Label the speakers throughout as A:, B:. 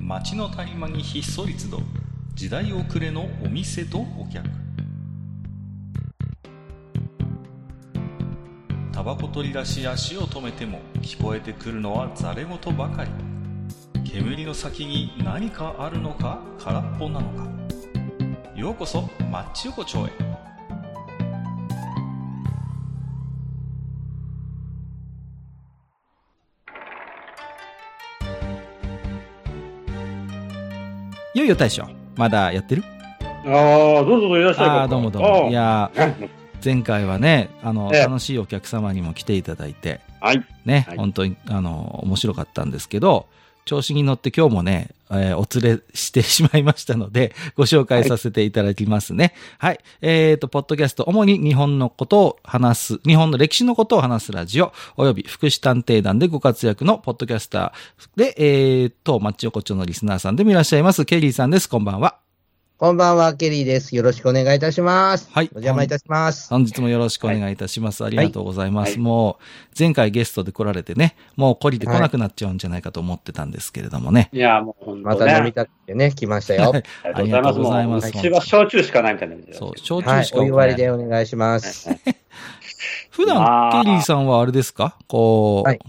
A: 街の谷間にひっそり集う時代遅れのお店とお客タバコ取り出し足を止めても聞こえてくるのはざれ言ばかり煙の先に何かあるのか空っぽなのかようこそマッチ横丁へ
B: いよいよ大将まだやってる
C: ああ、どうぞどうぞいらっしゃい
B: ああどうもどうもい
C: あ
B: やー
C: あ
B: 前回はねあの、
C: ええ
B: 楽しいお客様にも来ていただいて
C: はい。
B: ね、
C: はい
B: 本当にあの面白かったんですけど調子に乗って今日もね、えーお連れしてしまいましたので、 ご紹介させていただきますね。はい。えっ、と、ポッドキャスト、主に日本のことを話す、日本の歴史のことを話すラジオ、および福祉探偵団でご活躍のポッドキャスターで、えー、と、マッチ横丁のリスナーさんでもいらっしゃいます、ケリーさんです。こんばんは。
D: こんばんは、ケリーです。よろしくお願いいたします。
B: はい
D: お邪魔いたします。
B: 本日もよろしくお願いいたします。ありがとうございます。もう、前回ゲストで来られてね、もう懲りて来なくなっちゃうんじゃないかと思ってたんですけれどもね。
C: いや、もう本
D: ま
C: 当
D: た飲み
C: ね。
D: たくてね、来ましたよ。はい、
C: ありがとうございます。
B: ありがとうございます
C: もう一番焼酎しかないみたいな感じです
B: そう、
C: けど
B: 焼酎しか
D: お
B: 置
D: 湯
B: かな
D: 割
B: い
D: りでお願いします。
C: はいはい
B: 普
C: ま
B: 段、
C: あ
B: ケリーさんはあれですかこう、
D: はい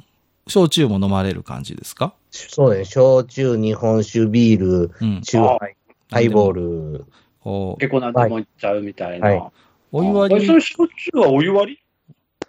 B: 焼酎も飲まれる感じですか
D: そうね、焼酎、日本酒、ビール、
B: うん。
D: チューハイ、ハイボール。
B: こう、
C: 結構何でもいっちゃうみたいな。
D: はい
C: あ
B: お湯割り。
C: その焼酎はお湯割り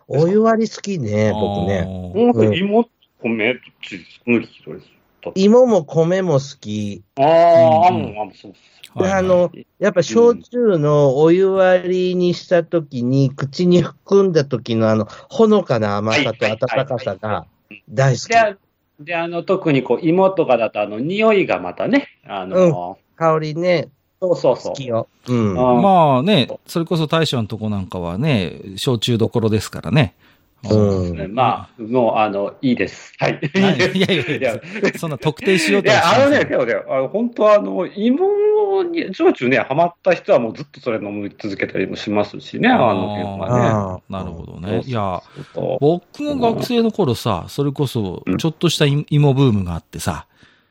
D: お湯割り好きね、僕ね。
B: ね
C: なんか芋、米、どっちです麦どれです
D: 芋も米も好き。
C: ああ、あ
B: うんん
C: もん、あんもん、そうです。
D: であの、やっぱ焼酎のお湯割りにした時に、口に含んだ時のあの、ほのかな甘さと温かさが大好き。
C: で、で、あの、特にこう、芋とかだと、あの、匂いがまたね、あの、
D: 香りね、
C: そうそうそ
D: 好
C: う。
D: きよ。うん。
C: うん
B: まあね、それこそ大将のとこなんかはね、焼酎どころですからね。
D: うん
C: ねまあ、もう、あの、いいです。はい。 い い
B: いや
C: です
B: いやいや、そんな特定しよう
C: い
B: とはし
C: や、あの
B: ませ
C: ね、
B: ん
C: けどね、あの本当はあの、芋に、焼酎ね、ハマった人はもうずっとそれ飲み続けたりもしますしね、あの件はね。
D: ああ
B: なるほど
C: そう
B: ね
C: そ。う
B: いや、
C: そう
B: 僕が学生の頃さ、それこそ、ちょっとしたい芋ブームがあってさ、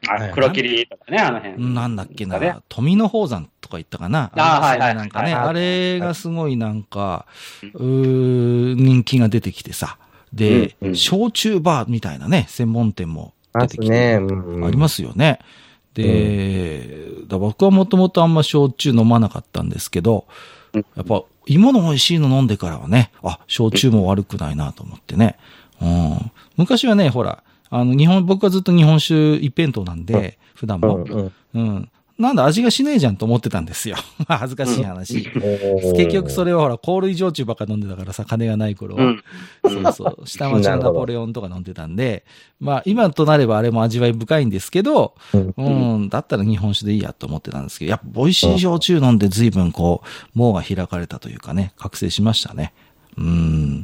C: あ黒霧とかね、あの辺。
B: なんだっけ
C: ね
B: な、富の宝山とか言ったかな。
C: あーはいはい
B: なんかね、
C: はい
B: あれがすごいなんか、うー人気が出てきてさ。で、
C: うんうん
B: 焼酎バーみたいなね、専門店も
D: ま
B: 出て
D: す
B: きて。
D: ね。うん
B: ありますよね。で、だ僕はもともとあんま焼酎飲まなかったんですけど、やっぱ芋の美味しいの飲んでからはね、あ、焼酎も悪くないなと思ってね。うん、昔はね、ほら、あの、日本、僕はずっと日本酒一辺倒なんで、普段
D: うん
B: も。
D: うん
B: うん。なんだ、味がしねえじゃんと思ってたんですよ。 まあ恥ずかしい話。結局そ
D: れ。
B: れはほら、香類焼酎ばっか飲んでたからさ、金がない頃は。
C: うん。
B: そうそう。下町のナポレオンとか飲んでたんで、まあ今となればあれも味わい深いんですけど、
D: うん
B: うん、だったら日本酒でいいやと思ってたんですけど、やっぱ美味しい焼酎飲んで随分こう、網が開かれたというかね、覚醒しましたね。うん。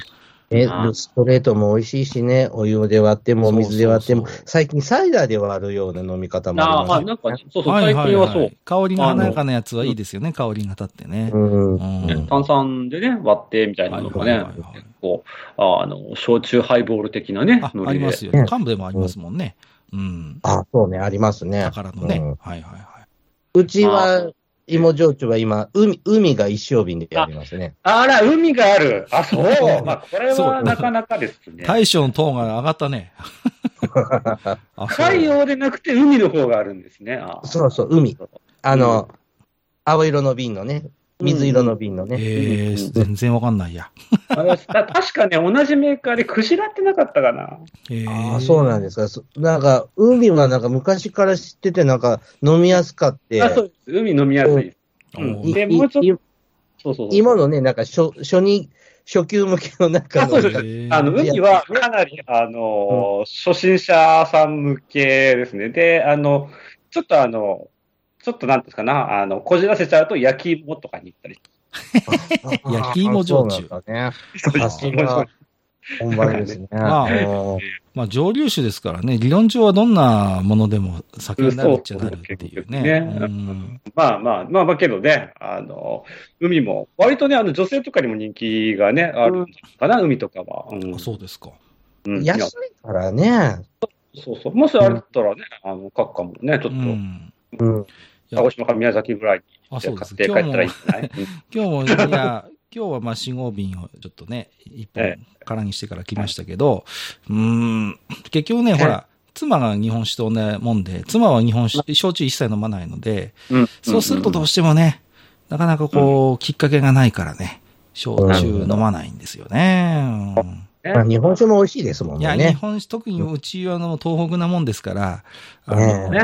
D: え、ストレートも美味しいしね、お湯で割っても、お水で割って
B: そ
D: も
B: うそうそう、
D: 最近サイダーで割るような飲み方も
C: ああ、ま
D: あ
C: あ、
D: り
C: なん
D: ま
C: か
D: すね。、
C: そうそう、最近はそう。
B: 香りが華やかなやつはいいですよね、香りが立ってね。
D: うん
B: うん
C: ね炭酸でね、割ってみたいなのが
B: はい
C: ね
B: はいはいはい、
C: 結構、あの、焼酎ハイボール的なね
B: あ、、
C: ノ
B: あり
C: リで。
B: ますよね。幹部でもありますもんね。うん。
D: あ、そうね、ありますね。
B: 宝のね。
D: うん
B: はいはいはい。
D: うち
C: あ
D: は、芋焼酎は今、海、海が一升瓶でやりますね。
C: あら、海がある。あ、そうう。まあ、これ
B: そう
C: はなかなかですね。
B: 大将のトーンが上がった ね。あそう
C: 海洋でなくて海の方があるんですね。あー
D: そうそう海あの、青色の瓶のね、水色の瓶のね。
B: えー、全然わかんないや。
C: あれた確かね、同じメーカーでクジラってなかったかな。
B: え
D: ああ、そうなん
B: で
D: ですか。そなんか、海はなんか昔から知ってて、なんか飲みやすかって。
C: あそうです。海飲みやすい。うん
D: い
C: でもうちょっと
D: い
C: そうそうそう。
D: 今のね、なんか初、初に、初級向けの中
C: あそ
D: の
C: う、ですあの海はかなり、あの初心者さん向けですね。で、あの、ちょっとあの、ちょっとなんですかな、あの、こじらせちゃうと焼き芋とかに行ったり。
B: 焼き芋焼酎
D: あそうなんだね。
C: そう
D: さすが、本場ですね。
B: ああ
D: うん
B: まあ上流酒ですからね、理論上はどんなものでも酒になるっちゃなるっていうね。
C: そうそう
B: うん
C: まあまあ、まあまあけどね、あの、海も、割とね、あの、女性とかにも人気がね、あるんじゃないかな、海とかは。うん
B: あそうですか。
C: うん
D: 安いからね。
C: そうそう。もしあれだったらね、あの、各家もね、ちょ
B: う
C: っ
B: ん。
D: うん。
C: と、鹿児島か宮崎ぐらい
B: あ、
C: に
B: そ
C: 買
B: うで
C: っ
B: す。
C: て帰
B: 今日
C: った
B: も
C: らいいんじ ゃないうん
B: 今日も、いや、 今日はまあ、信号便をちょっとね、一
C: え
B: 本空にしてから来ましたけど、うーん、結局ね、ほら、妻が日本酒とね、もんで、妻は日本酒、焼酎一切飲まないので、
C: うん
B: そうするとどうしてもね、なかなかこう、きっかけがないからね、焼酎飲まないんですよね。うん
D: まあ、日本酒も美味しいですもん
B: い
D: ね。
B: や、日本酒、特にうちはあの東北なもんですから、あの、
D: ね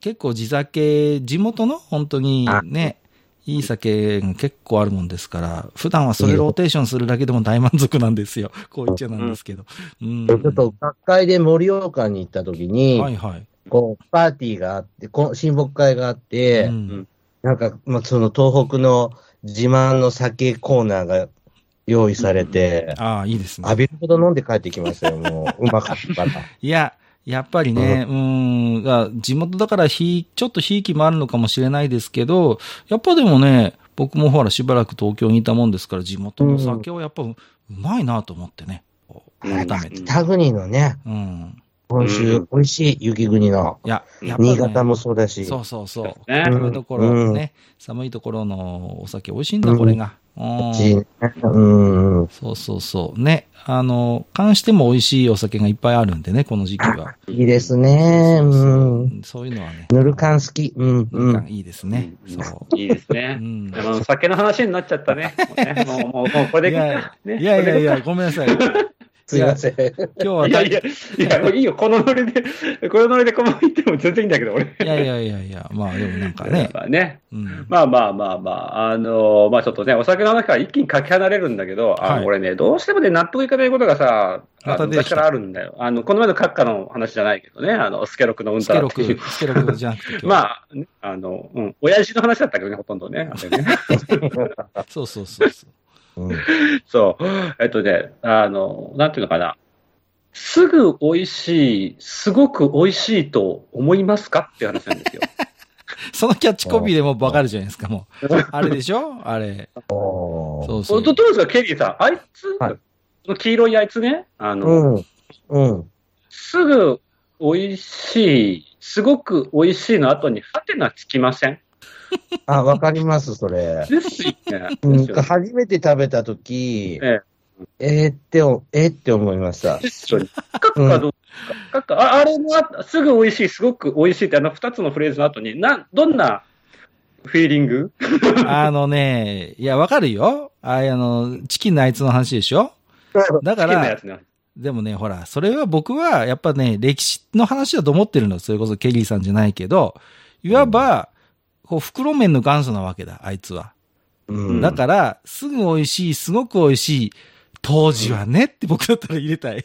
B: 結構地酒、地元の本当にね、いい酒が結構あるもんですから、普段はそれローテーションするだけでも大満足なんですよ。こう言っちゃなんですけど。うん。
D: ちょっと、学会で盛岡に行った時に、
B: はいはい。
D: こう、パーティーがあって、こう親睦会があって、
B: うん
D: なんか、まあ、その東北の自慢の酒コーナーが用意されて、
B: ああ、いいですね
D: 浴。びるほど飲んで帰ってきましたよ、もう。うまかった から。
B: いや、やっぱりね、うん、が地元だからひ、ちょっとひいきもあるのかもしれないですけど、やっぱでもね、僕もほらしばらく東京にいたもんですから、地元の酒はやっぱうまいなと思ってね、こう
C: うん
B: 改めて。
D: 北国のね、
B: うん。
D: 今週、美味しい雪国の。
B: いや、やっぱ、ね、
D: 新潟もそうだし。
B: そうそうそう。
C: ね
D: うん
B: 寒いところね、寒いところのお酒美味しいんだ、これが。うん
D: 美味しいねうん。
B: そうそうそう。ね。あの、関しても美味しいお酒がいっぱいあるんでね、この時期は。
D: いいですね。
B: そう
D: う
B: そ
D: ん。
B: うそういうのはね。
D: ぬる感好き。うん。う
B: なん
D: ん
B: か。いいですね。
C: うん
B: そ
C: いいです
B: う。う
C: ね。
B: ん
C: あの酒の話になっちゃったね。 もうね、もう、もうもうこれでいい
B: い
C: か。ね
B: いやいやい
C: こ
B: や、ごめんなさい。
D: すいません。
B: 今日は
C: れ
B: だ、
C: で
B: い
C: いいかいやいや、いや、もういいよ。このノリで、このノリでこのまま行っても全然いいんだけど、俺。
B: やいやいやいや、まあでもなんか
C: やっ
B: ね。
C: ぱね。
B: うん。
C: まあまあまあまあ、あのまあちょっとね、お酒の話から一気にかけ離れるんだけど、あの
B: はい
C: 俺ね、どうしてもね、納得いかないことがさ、あ
B: また
C: の
B: 出て
C: 昔
B: き
C: か
B: た
C: らあるんだよ。あの、この前の閣下の話じゃないけどね、あの、スケロクのうん
B: ス
C: た
B: ケ
C: ら
B: ロ
C: って
B: ク、
C: いう。
B: スケロクじゃなくて今日。
C: まあ、ねあの、うん、親父の話だったけどね、ほとんどね。あれね
B: あ。そうそうそうそう。
D: うん
C: そう。えっとね、あの、なんていうのかな。すぐ美味しい、すごく美味しいと思いますかっていう話なんです よ。
B: そのキャッチコピーでもうわかるじゃないですか、もう。あれでしょあれ。
D: おー
B: そうそ
C: ど
B: う。
C: どうですか、ケリーさん。あいつ、
D: はい
C: その黄色いあいつね、あの、
D: うん。うん。
C: すぐ美味しい、すごく美味しいの後に、ハテナつきません
D: あ、わかります、それ。
C: ですよね。
D: うん
C: ですよね
D: 初めて食べたとき、
C: え
D: えーってお、えーって思い ました。
C: ですよね。カッカどうカッカああれもあすぐ美味しい、すごく美味しいって、あの二つのフレーズの後に、なんどんなフィーリング
B: あのね、いや、わかるよ。ああの、チキンのあいつの話でしょだか
C: 好きなや
B: ら、
C: つね。
B: でもね、ほら、それは僕は、やっぱね、歴史の話だと思ってるの。それこそケリーさんじゃないけど、いわば、こう、袋麺の元祖なわけだ、あいつは。
D: うん。
B: だから、すぐ美味しい、すごく美味しい。当時はねって僕だったら入れたい。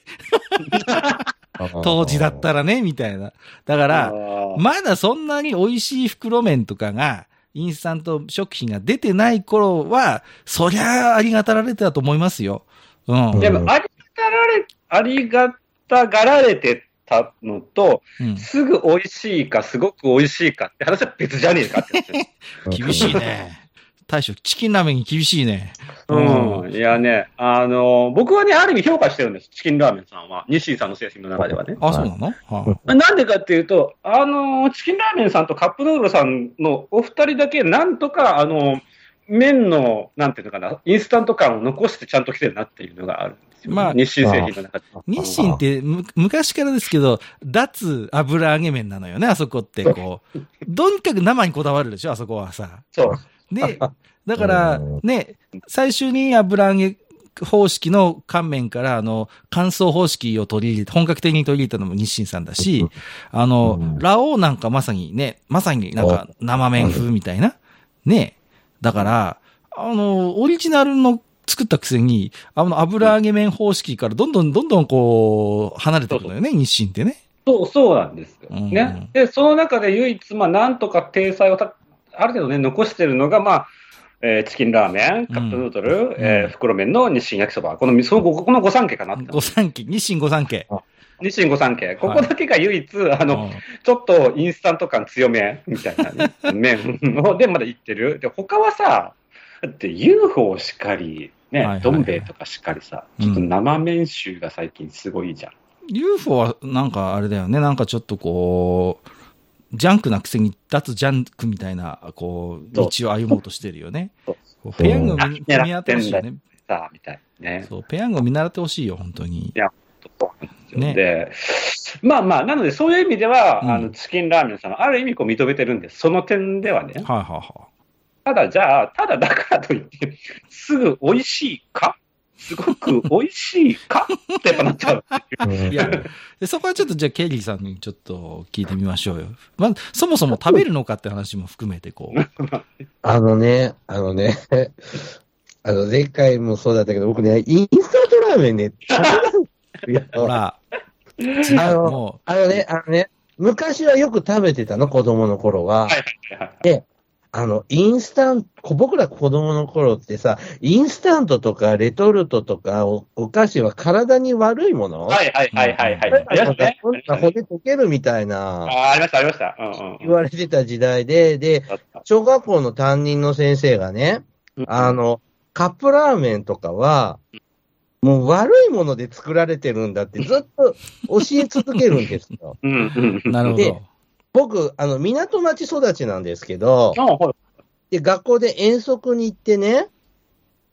B: 当時だったらね、みたいな。だから、
C: あー
B: まだそんなに美味しい袋麺とかが、インスタント食品が出てない頃は、そりゃありがたられてたと思いますよ。うん。
D: い
C: で
D: や
C: も、ありがたられ、ありがたがられてたのと、
B: うん
C: すぐ美味しいか、すごく美味しいかって話は別じゃねえかって話。
B: 厳しいね。大将、チキンラーメンに厳しいね。
C: うん、いやね、あの僕はね、ある意味評価してるんです、チキンラーメンさんは、西井さんの製品の中ではね。
B: あ、そうなの、は
C: なんでかっていうと、あのチキンラーメンさんとカップヌードルさんのお二人だけ、なんとか、あの麺の、なんていうのかな、インスタント感を残してちゃんと来てるなっていうのがあるんですよ、
B: まあ
C: 日清製品の中で。
B: あ日清ってむ昔からですけど、脱油揚げ麺なのよね、あそこって。こう。とにかく生にこだわるでしょ、あそこはさ。
C: そう。
B: で、だから
D: うん、
B: ね、最終に油揚げ方式の乾麺から、あの、乾燥方式を取り入れて、本格的に取り入れたのも日清さんだし、あの、
D: うん
B: ラオウなんかまさにね、まさになんか生麺風みたいな。ね。だから、あの、オリジナルの作ったくせに、あの、油揚げ麺方式からどんどんどんどんこう、離れていくのよね、日清ってね。
C: そう、そうなんですよ。
B: うん
C: ね。で、その中で唯一、まあ、なんとか体裁をた、ある程度ね、残してるのが、まあ、えーチキンラーメン、カップヌードル、えー袋麺の日清焼きそば。この、そのここの5三家かなって。
B: 五三家、日清五三家。
C: 日清5三家。ここだけが唯一、あの、
B: うん
C: ちょっとインスタント感強め、みたいなね、麺を、で、まだいってる。で、他はさ、だって UFO しかり、
B: はいはいは
C: ね
B: い、
C: どん兵衛とかしかりさ、ちょっと生麺臭が最近すごいじゃん。
B: UFO はなんかあれだよね、なんかちょっとこう、ジャンクなくせに脱ジャンクみたいな、こう、道
C: そ
B: を
C: う
B: 歩もうとしてるよね。
C: そう
B: こうペヤング組み合ってほしいよ
C: 狙って
B: ね。
C: さあ、みたいなね。
B: そう、ペヤングを見習ってほしいよ、本当に。
C: そうなんですよ
B: ね
C: で、まあまあ、なので、そういう意味では、
B: うん
C: あのチキンラーメンさんはある意味こう認めてるんです、その点では
B: は
C: ね。
B: いはいは
C: ただ、じゃあ、ただだからといって、すぐ美味しいかすごく美味しいかってやっぱなっち ゃう。
D: うん
B: い。いや、でそこはちょっとじゃあケリーさんにちょっと聞いてみましょうよ。まあ、そもそも食べるのかって話も含めて、こう。
D: あのね、あのね、 あの、前回もそうだったけど、僕ね、インスタントラーメンね、食べない
B: ほら、違
D: あ
B: う、
D: の
B: も
D: あのね、あのね、昔はよく食べてたの、子供の頃
C: は
D: は。
C: い
D: あの、インスタント、僕ら子供の頃ってさ、インスタントとかレトルトとかおお菓子は体に悪いもの
C: はいはいはいはいはい。ありまし
D: なんか
C: たね。
D: そんな骨溶けるみたいな、
C: あありました、ありました。うんうん
D: 言われてた時代で、で、小学校の担任の先生がね、
C: うん。。
D: あの、カップラーメンとかは、もう悪いもので作られてるんだってずっと教え続けるんですよ
C: うんうんう
B: う、
C: ん。
B: なるほ
D: で
B: ど。
D: 僕、あの、港町育ちなんですけど、
C: あほら
D: で、学校で遠足に行ってね、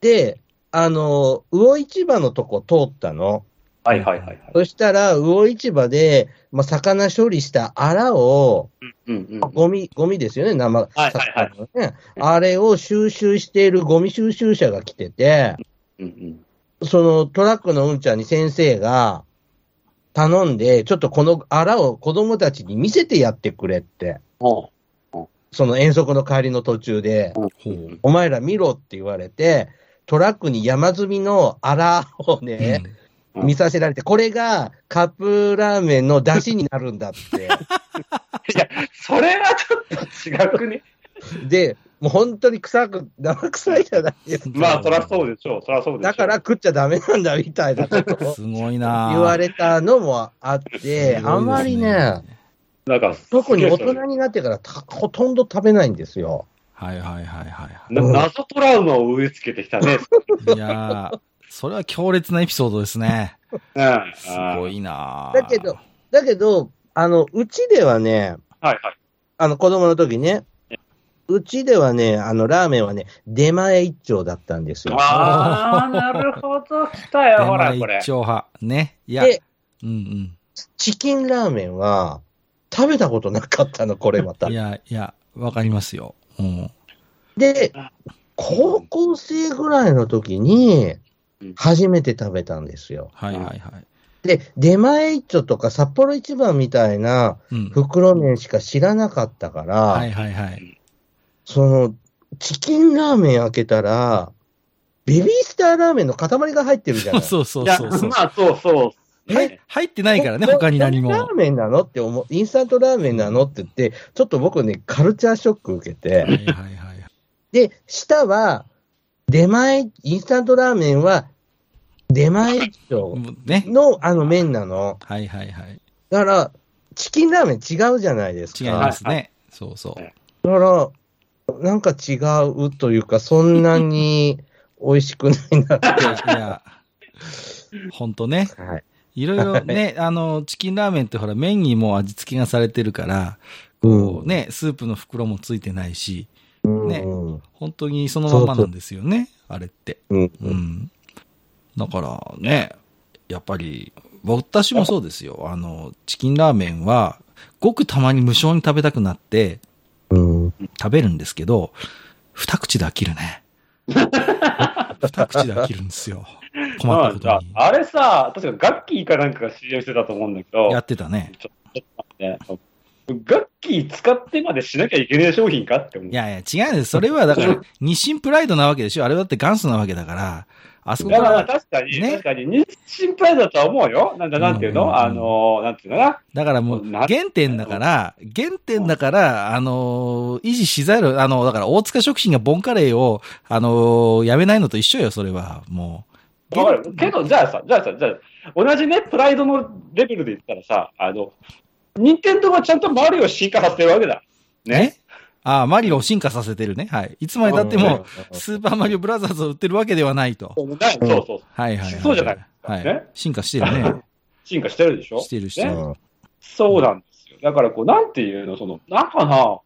D: で、あの、魚市場のとこ通ったの。
C: はいはいはいはい。
D: そしたら、魚市場で、まあ、魚処理したアラを、
C: うんうん。
D: ゴミ、ゴミですよね、生、
C: はいはいはい
D: 魚のね。あれを収集しているゴミ収集車が来てて、
C: うんうん。
D: そのトラックのうんちゃんに先生が頼んで、ちょっとこのアラを子供たちに見せてやってくれって。
C: ほう
D: その遠足の帰りの途中で。
B: ほう。
D: お前ら見ろって言われて、トラックに山積みのアラをね、
C: うん
D: 見させられて、これがカップラーメンの出汁になるん だっ
C: いや、それはちょっと違くね。
D: て。で、もう本当に臭く、生臭いじゃないですか。
C: まあ、そらそうでしょう。そらそうでしょう。
D: だから食っちゃダメなんだみたいなこと
B: うん
D: を
B: すごいな
D: 言われたのもあっ
B: すごいで
D: て、
B: すね
D: あんまりね、
C: なんか、
D: 特に大人になってからたほとんど食べないんですよ。
B: はいはいはいはい
C: な謎トラウマを植え付けてき たね。
B: はい。いやー、それは強烈なエピソードですね。
C: うん。あ
B: す
C: ー
B: ごいな
D: だけど、だけど、あの、うちではね、
C: はいはい。
D: あの、子供の時ね。うちではね、あの、ラーメンはね、出前一丁だったんですよ。
C: ああ、なるほど。来たよ、ほら、
B: 出
C: こ
B: 前
C: れ
B: 一。丁派。ね。いや、
D: で、
B: うん
D: チキンラーメンは、食べたことなかったの、これま
B: う
D: た
B: ん。い。や、いや、わかりますよ。うん。
D: で
C: あ、
D: 高校生ぐらいの時に
C: うん、
D: 初めて食べたんですよ。
B: はいはいはい。
D: で、出前一丁とか札幌一番みたいな
B: うん。
D: 袋麺しか知らなかったから、
B: はいはいはい。
D: その、チキンラーメン開けたら、ベビースターラーメンの塊が入ってるじゃない
B: そうそう
C: いや、
B: そうそう。
C: まあ、そうそう。
B: はい
C: ね。
B: 入ってないからね、他に何
D: インスタント
B: も
D: ラ。ーメンなのって思う、インスタントラーメンなのって言って、ちょっと僕ね、カルチャーショック受け
B: はい
D: て、
B: はいはい。
D: で、下は、出前、インスタントラーメンは、出前一丁
B: もうね。
D: のあの麺なの。
B: はいはいはい。
D: だから、チキンラーメン違うじゃないです
B: 違い
D: か。
B: ますね。そうそ。
C: はいう
D: だから、なんか違うというか、そんなに美味しくないなって。
B: いや、いや、ほんとね。
D: はい。
B: いろいろね、あの、チキンラーメンってほら、麺にもう味付けがされてるから、こうね、スープの袋もついてないし、
D: うん。
B: ね
D: うん
B: 本当にそのまんまなんですよね、あれって。
D: うん
B: うん。だからね、やっぱり、私もそうですよ。あの、チキンラーメンは、ごくたまに無償に食べたくなって
D: うん。
B: 食べるんですけど、二口で飽きるね。二口で飽きるんですよ。困ったこ
C: ま
B: と
C: あ
B: に。
C: あれさ、確かガッキーかなんかが CM してたと思うんだけど、
B: やってたね。
C: ちょっと待ってねガッキー使ってまでしなきゃいけない商品かって思う。
B: いやいや、違うんです。それはだから、日清プライドなわけでしょ。あれだって元祖なわけだから、あそこ
C: だ
B: か
C: から
B: ら、
C: 確かに、
B: ね
C: 確かに、日清プライドだとは思うよ。なんだ、なんていうの、
B: うんうんうん
C: あの、なんていうのかな。
B: だからもう、
C: な
B: 原点だから、原点だから、あのー維持しざる、あの、だから、大塚食品がボンカレーを、あのーやめないのと一緒よ、それは。もう。
C: わかるけど、じゃあさ、じゃあさ、じゃあ、同じね、プライドのレベルで言ったらさ、あの、任天堂がちゃんとマリオを進化させてるわけだ。ね。
B: ねああ、マリオを進化させてるね。はい。いつまで経っても、スーパーマリオブラザーズを売ってるわけではないと。
C: そうそうそう。
B: はいはい、はい。
C: そうじゃない
B: はい。
C: ね
B: 進化してるね。
C: 進化してるでしょ
B: してるしてる
C: ね
D: うん
C: そうなんですよ。だから、こう、なんていうの、その、なんかな、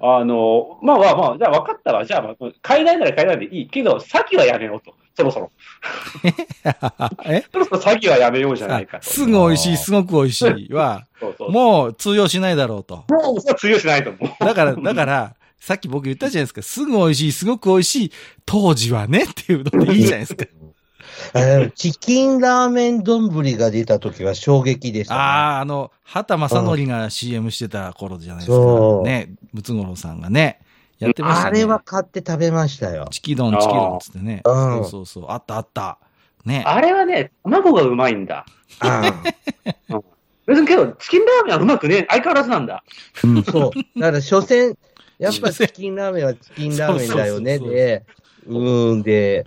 C: あの、まあまあまあ、じゃあ分かったわ。じゃあ、まあ、買えないなら買えないでいいけど、詐欺はやめようと。そろそろ。
B: え
C: そろそろ詐欺はやめようじゃないか
B: あ
C: と。
B: すぐ美味しい、すごく美味しいは、
C: そう そう。も
B: もう通用しないだろうと。
C: う、それは通用しないと思う。
B: だから、だから、さっき僕言ったじゃないですか。すぐ美味しい、すごく美味しい、当時はねっていうのでいいじゃないですか。
D: あでもチキンラーメン丼が出た時は衝撃でした、ね。
B: ああ、あの、畑正則が CM してた頃じゃないですか。
D: そう
B: ね、ムツゴロウさんがね、やってましたね。
D: あれは買って食べましたよ。
B: チキドン、チキドンっつってね。そ
D: あー
B: うそうそう。あったあった。ね。
C: あれはね、卵がうまいんだ。
D: あ
C: 別にけど、チキンラーメンはうまくね、相変わらずなんだ。
D: あうんそう。だから、所詮、やっぱチキンラーメンはチキンラーメンだよね
B: そうそうそうそう
D: で、うーんで、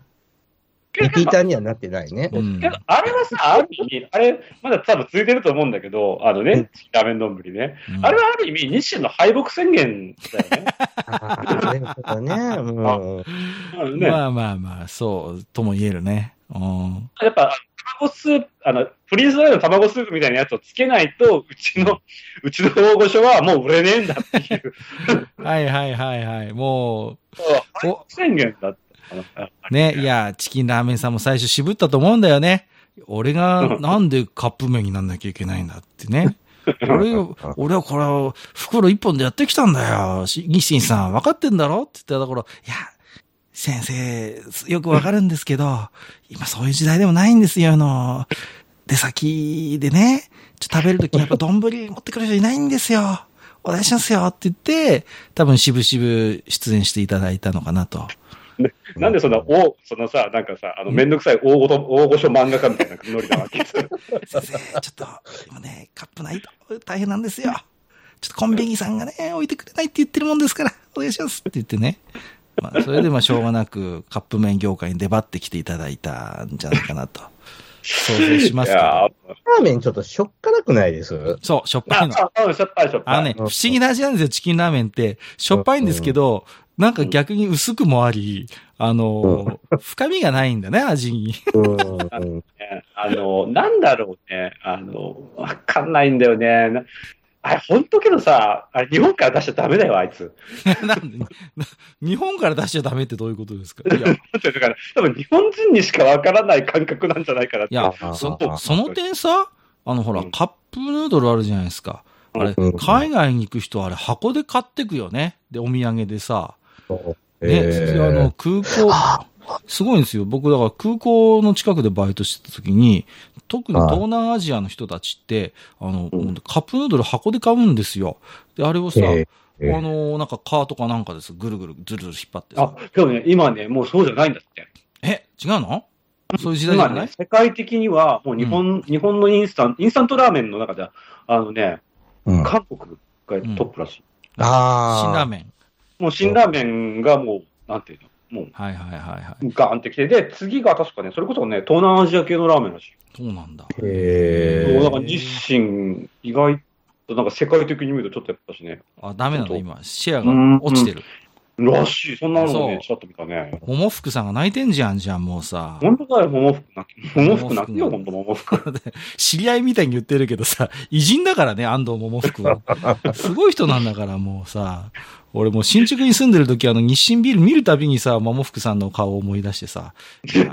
D: リピーターにはなってないね。
B: うん
C: けどあれはさ、ある意味、あれ、まだ多分続いてると思うんだけど、あの
D: う
C: ね
D: ん、
C: チキンラーメン丼ね。
B: うん
C: あれはある意味、日清の敗北宣言だよね。
D: ああ、そういうことね。うん。
C: あのね
B: まあまあまあ、そう、とも言えるね。うん。
C: やっぱ、卵スープ、あの、フリーズドライの卵スープみたいなやつをつけないと、うちの、うちの大御所はもう売れねえんだっていう、
B: はいはいはいはい。も
C: 敗北宣言だった。
B: う、ね、いや、チキンラーメンさんも最初渋ったと思うんだよね。俺がなんでカップ麺になんなきゃいけないんだって ね。俺、俺はこれを袋一本でやってきたんだよ。し日清さん、分かってんだろって言ったところ、いや、先生、よくわかるんですけど、 今そういう時代でもないんですよ、あの、出先でね、ちょっと食べるときやっぱ丼持ってくる人いないんですよ。お願いしますよって言って、多分渋々出演していただいたのかなと。
C: なんでそんな、お、そのさ、なんかさ、あの、めんどくさい大御所大御所漫画家みたいなノリなわけ。
B: 先生、 ちょっと、今ね、カップないと大変なんですよ。ちょっとコンビニさんがね、置いてくれないって言ってるもんですから、お願いしますって言ってね。まあ、それでまあ、しょうがなく、カップ麺業界に出張ってきていただいたんじゃないかなと。想像しま
C: い
B: すけ
C: や
B: ど
C: ー。、
D: ラーメンちょっとしょっからくないです
B: そう、しょっぱいの。
C: あ、あ、しょっぱいしょっぱい。
B: あのね、不思議な味なんですよ、チキンラーメンって。しょっぱいんですけど、なんか逆に薄くもあり、あのー、深みがないんだね、味に。
D: うん。
C: ねあの、なんだろうね、あの、わかんないんだよね。なあれ、ほんとけどさ、あれ、日本から出しちゃダメだよ、あいつ。
B: なんで、な日本から出しちゃダメってどういうことですかいや、
C: だってだから、多分日本人にしかわからない感覚なんじゃないかなって。
B: いや
D: あ
B: そ
C: ああ
B: その点さ、あのほら、
C: うん
B: カップヌードルあるじゃないですか。あれ、
D: うん
B: 海外に行く人はあれ、箱で買ってくよね。で、お土産でさ。ね、
D: え
B: あの、
D: ー
B: 空港、すごいんですよ。僕、だから空港の近くでバイトしてた時に、特に
D: はい
B: 東南アジアの人たちって、あの、
C: うん
B: カップヌードル箱で買うんですよ。で、あれをさ、
D: ええ
B: あの、なんかカートかなんかです。ぐるぐる、ずるずる引っ張って
C: あ
B: さ。、
C: でもね、今ね、もうそうじゃないんだって。
B: え、違うのそういう時代じゃ
C: 今
B: ない
C: ね、世界的には、もう日本、日本のインスタント、インスタントラーメンの中では、あのね、
D: うんあ
C: 韓国がトップらしい。
B: 辛ラー
D: あ。
B: メン。
C: もう辛ラーメンがもう、なんていうの、も
B: はいはいはいはい。
C: う、ガーンってきて、で、次が確かね、それこそね、東南アジア系のラーメンらしい。
B: そうなんだ。
D: へ
C: もうなん
D: ー
C: か日清、意外と、なんか世界的に見るとちょっとやっぱしね、
B: あ、ダメな
C: ちょ
B: の
C: っと
B: 今。シェアが落ちてる。
C: らしい、そんなのも
B: そう
C: ね、ちょっと見たね。
B: 桃福さんが泣いてんじゃん、じゃん、もうさ。
C: 本当だよ、桃服なき。桃服なきよ、
B: 桃
C: 本当桃服。
B: 知り合いみたいに言ってるけどさ、偉人だからね、安藤桃福 は。すごい人なんだから、もうさ。俺もう新宿に住んでる時、あの、日清ビール見るたびにさ、桃福さんの顔を思い出してさ、いや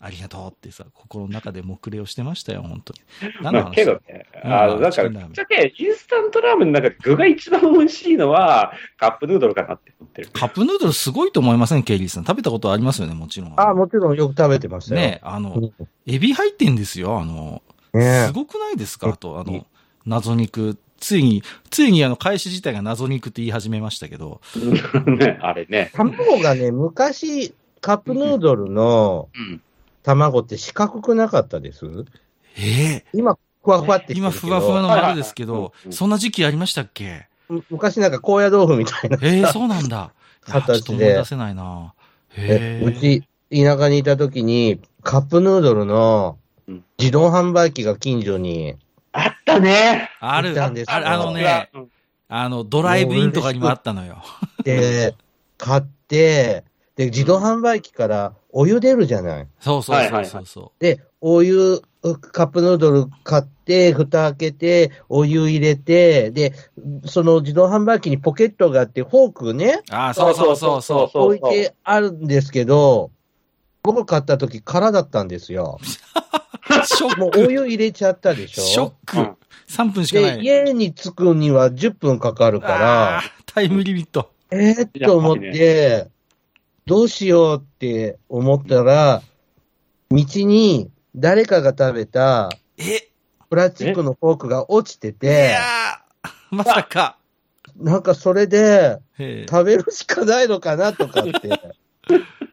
B: ありがとうってさ、心の中で目礼をしてましたよ、本当に。何の
C: まあ、
B: 話
C: けどね、あの、
B: うん
C: だから、
B: チキン
C: ぶ
B: ラーメン
C: っちゃけ、インスタントラーメンの中で具が一番美味しいのは、カップヌードルかなって思ってる。
B: カップヌードルすごいと思いません、ケイリーさん。食べたことありますよね、もちろん。
D: ああ、もちろんよく食べてましたよ。
B: ね、あの、
D: ね
B: エビ入ってんですよ、あの、
D: え
B: す。ごくないですか
D: うん
B: あと、あの、謎肉。ついに、ついにあの、開始自体が謎肉って言い始めましたけど。
C: ね、あれね。
D: 卵がね、昔、カップヌードルの
C: うん。
D: 卵って四角くなかったです
B: え
D: 今、ふわふわっ
B: え
D: てしてるけど
B: 今、ふわふわの丸ですけ
C: はいはい
B: ど
C: はいうんう、ん
B: そんな時期ありましたっけ
D: む昔なんか高野豆腐みたいな。
B: ええそうなんだ。いやちょっと
D: 形
B: 思い
D: で
B: 出、せないな。
D: え
B: へ
D: う
B: え。
D: ち、田舎にいた時に、カップヌードルの
C: うん
D: 自動販売機が近 所に、
C: あったね。
B: ある、
D: 行った
B: あ
D: んですよ
B: あのね、
C: うん
B: あの、ドライブインとかにもあったのよ。
D: で、買って、で、自動販売機からお湯出るじゃない。
B: そうそう
C: はい
B: そ
C: は
B: う
C: いは
B: そうそ
D: で、お湯、カップヌードル買って、蓋開けて、お湯入れて、で、その自動販売機にポケットがあって、フォークね、
B: ああ、そうそうそうそう。
C: そう
D: 置いてあるんですけど、僕買った時空だったんですよ。
B: ショッ
D: もうお
B: ク。
D: 湯入れちゃったでし ょ
B: ショッ
C: う
B: ク
C: ん。
B: 3分しかな
D: で、
B: い。
D: 家に着くには10分かかるから
B: あ、ータイムリミット。
D: えー、っと思って、どうしようって思ったら、道に誰かが食べた
B: え、
D: プラスチックのフォークが落ちて
B: い
D: て、
B: やーまさか。
D: なんかそれで
B: えー
D: 食べるしかないのかなと かって、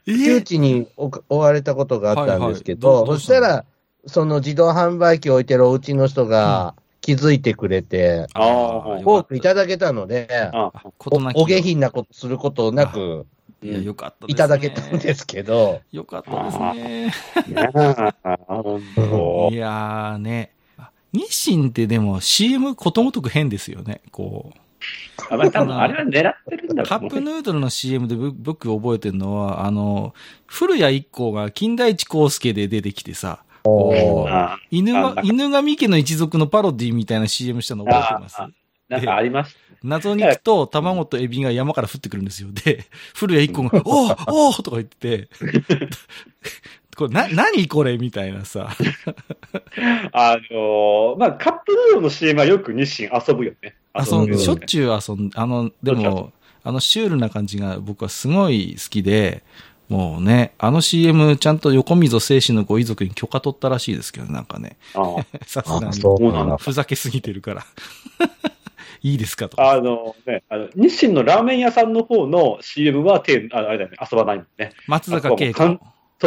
D: 窮
B: え
D: 地にお追われたことがあったんですけど、
B: はいはいどうどう
D: そし
B: した
D: た
B: の
D: ら、その自動販売機置いてるお家の人が気づいてくれて、
B: あ
C: あー
B: よ
D: フォ
B: か
D: ー
B: っ
D: クいただけたので、
C: あ
B: た。あことなき
D: おお下品なことすることなく
B: いや、よかったですね
D: いただけたんですけど、
B: よかったですね。
C: ねえほんと
B: いやーね。あ日清ってでも CM ことごとく変ですよね。こう。
C: あまあ多分あれは狙ってるんだ
B: カ
C: ろ
B: ッ
C: う
B: プ
C: ね。
B: ヌードルの CM でぶ僕覚えてるのは、あの、古谷一行が金田一光介で出てきてさ、こう
C: あ
B: 犬が
C: あな、んか
B: 犬神家の一族のパロディみたいな CM したの覚えてます
C: あなんかありまし
B: 謎肉と卵とエビが山から降ってくるんですよ。で、 古谷一行が、おーおーとか言ってて、 これな、何これみたいな さ。
C: た。あのーまあ、カップヌードルの CM はよく日清遊ぶよね。
B: 遊ん
D: 遊ぶよ
B: で、
D: ね
B: しょっちゅう遊んで、あの、で
C: どう
B: も、あのシュールな感じが僕はすごい好きで、もうね、あの CM ちゃんと横溝正史のご遺族に許可取ったらしいですけど、なんかね、
C: ああ
B: さすがに。
C: うなんだ
B: ふざけすぎてるから。 いいですかとか。
C: あのね、あの日清のラーメン屋さんの方の CM は手ああれだよね、遊ばないもんね。
B: 松坂慶
C: あ
B: 子
C: そう。